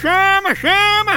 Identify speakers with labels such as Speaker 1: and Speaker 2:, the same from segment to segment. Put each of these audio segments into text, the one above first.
Speaker 1: Chama, chama!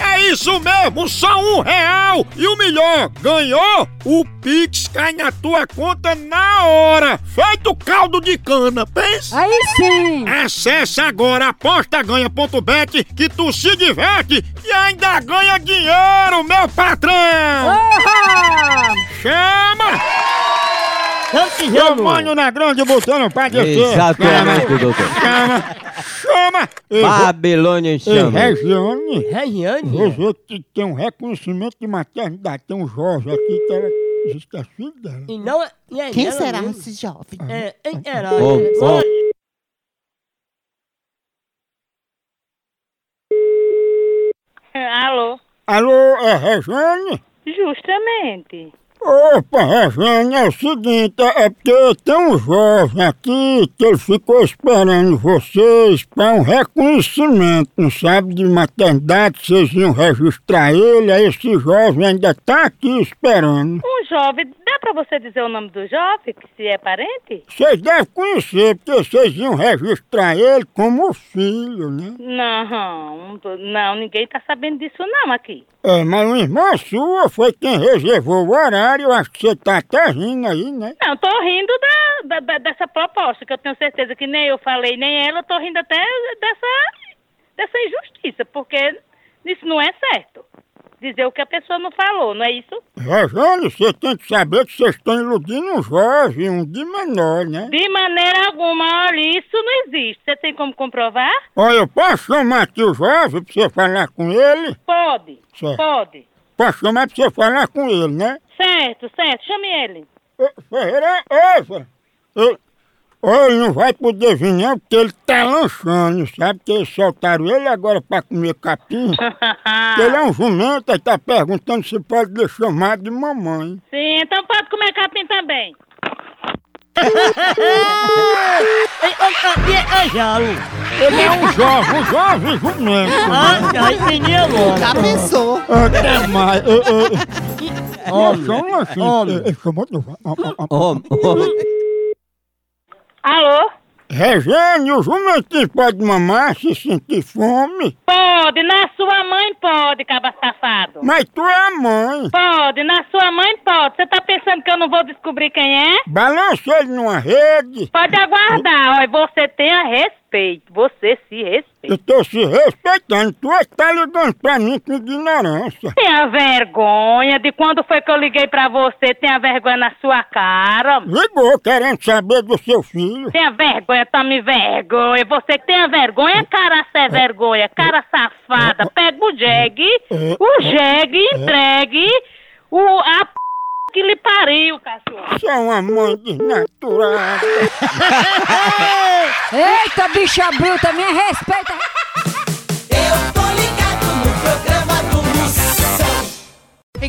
Speaker 1: É isso mesmo, só um real! E o melhor, ganhou? O Pix cai na tua conta na hora! Feito caldo de cana, pensa!
Speaker 2: Aí sim!
Speaker 1: Acesse agora apostaganha.bet que tu se diverte e ainda ganha dinheiro, meu patrão!
Speaker 2: Oba!
Speaker 1: Chama! Tamanho na grande botando pra descer!
Speaker 3: Exatamente,
Speaker 1: Chama,
Speaker 3: doutor.
Speaker 1: Chama! Chama! Eu-
Speaker 3: Babilônia em
Speaker 1: Ei,
Speaker 3: chama.
Speaker 1: Regiane,
Speaker 4: Regiane?
Speaker 1: você que tem um reconhecimento de maternidade, tem um Jorge aqui que ela diz que é filho dela.
Speaker 4: E não é. e é
Speaker 5: Quem
Speaker 4: dela
Speaker 5: será
Speaker 4: mesmo.
Speaker 5: esse jovem?
Speaker 4: É, em era.
Speaker 3: Oh, oh.
Speaker 6: Ah, Alô?
Speaker 1: Alô, é Regiane?
Speaker 6: Justamente.
Speaker 1: Opa, Regiane, é o seguinte, é porque tem um jovem aqui que ele ficou esperando vocês para um reconhecimento, não sabe, de maternidade, vocês iam registrar ele, aí esse jovem ainda tá aqui esperando.
Speaker 6: Um jovem. Dá pra você dizer o nome do jovem, que se é parente?
Speaker 1: Vocês devem conhecer, porque vocês iam registrar ele como filho, né?
Speaker 6: Não, não tô- não, ninguém tá sabendo disso não aqui.
Speaker 1: É, mas uma irmã sua foi quem reservou o horário, eu acho que você tá até rindo aí, né?
Speaker 6: Não, tô rindo da, da- da- dessa proposta, que eu tenho certeza que nem eu falei, nem ela, eu tô rindo até dessa, dessa injustiça, porque isso não é certo. Dizer o que a pessoa não falou, não é isso?
Speaker 1: Rejane, você tem que saber que vocês estão iludindo um jovem, um de menor, né?
Speaker 6: De maneira alguma, olha, isso não existe. Você tem como comprovar?
Speaker 1: Olha, eu posso chamar aqui o jovem pra você falar com ele?
Speaker 6: Pode,
Speaker 1: Certo.
Speaker 6: pode.
Speaker 1: Posso chamar pra você falar com ele, né?
Speaker 6: Certo, certo, chame ele.
Speaker 1: Ô, Ferreira, ô, Fer- ele- ô, ele não vai poder vir não, porque ele tá lanchando, sabe? Porque eles soltaram ele agora pra comer capim. Ele é um jumento e tá perguntando se pode lhe chamar de mamãe.
Speaker 6: Sim, então pode comer capim também.
Speaker 4: Ei, ei, ei, ei, Jalu.
Speaker 1: Ele é um jovem, um jovem jumento. né?
Speaker 4: Ai, ai, entendi agora.
Speaker 5: Já pensou?
Speaker 1: Até mais. Eu, eu, eu
Speaker 4: Homem.
Speaker 1: chamo assim.
Speaker 4: Homem.
Speaker 1: eu- eu chamo de- ó, ó, ó.
Speaker 3: Homem, homem.
Speaker 6: Alô?
Speaker 1: Regiane, o jumentinho pode mamar se sentir fome,
Speaker 6: Pode, na sua mãe pode, caba safado.
Speaker 1: mas tu é a mãe.
Speaker 6: Pode, na sua mãe pode. Você tá pensando que eu não vou descobrir quem é?
Speaker 1: Balança ele numa rede.
Speaker 6: Pode aguardar, ó, e você tenha respeito. Você se
Speaker 1: Eu
Speaker 6: respeita.
Speaker 1: tô se respeitando. Tu é que tá ligando pra mim com ignorância.
Speaker 6: Tenha vergonha de quando foi que eu liguei pra você. Tenha vergonha na sua cara.
Speaker 1: Ligou querendo saber do seu filho.
Speaker 6: Tenha vergonha, tome vergonha. Você que tenha vergonha, cara sem vergonha, cara safada. Pega o jegue, o jegue, entregue o, a p que lhe pariu, cachorro.
Speaker 1: Você é uma mãe desnaturada.
Speaker 2: Eita, bicha bruta, me respeita!
Speaker 7: Eu tô ligado no programa do Moção.
Speaker 8: Hey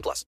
Speaker 9: plus.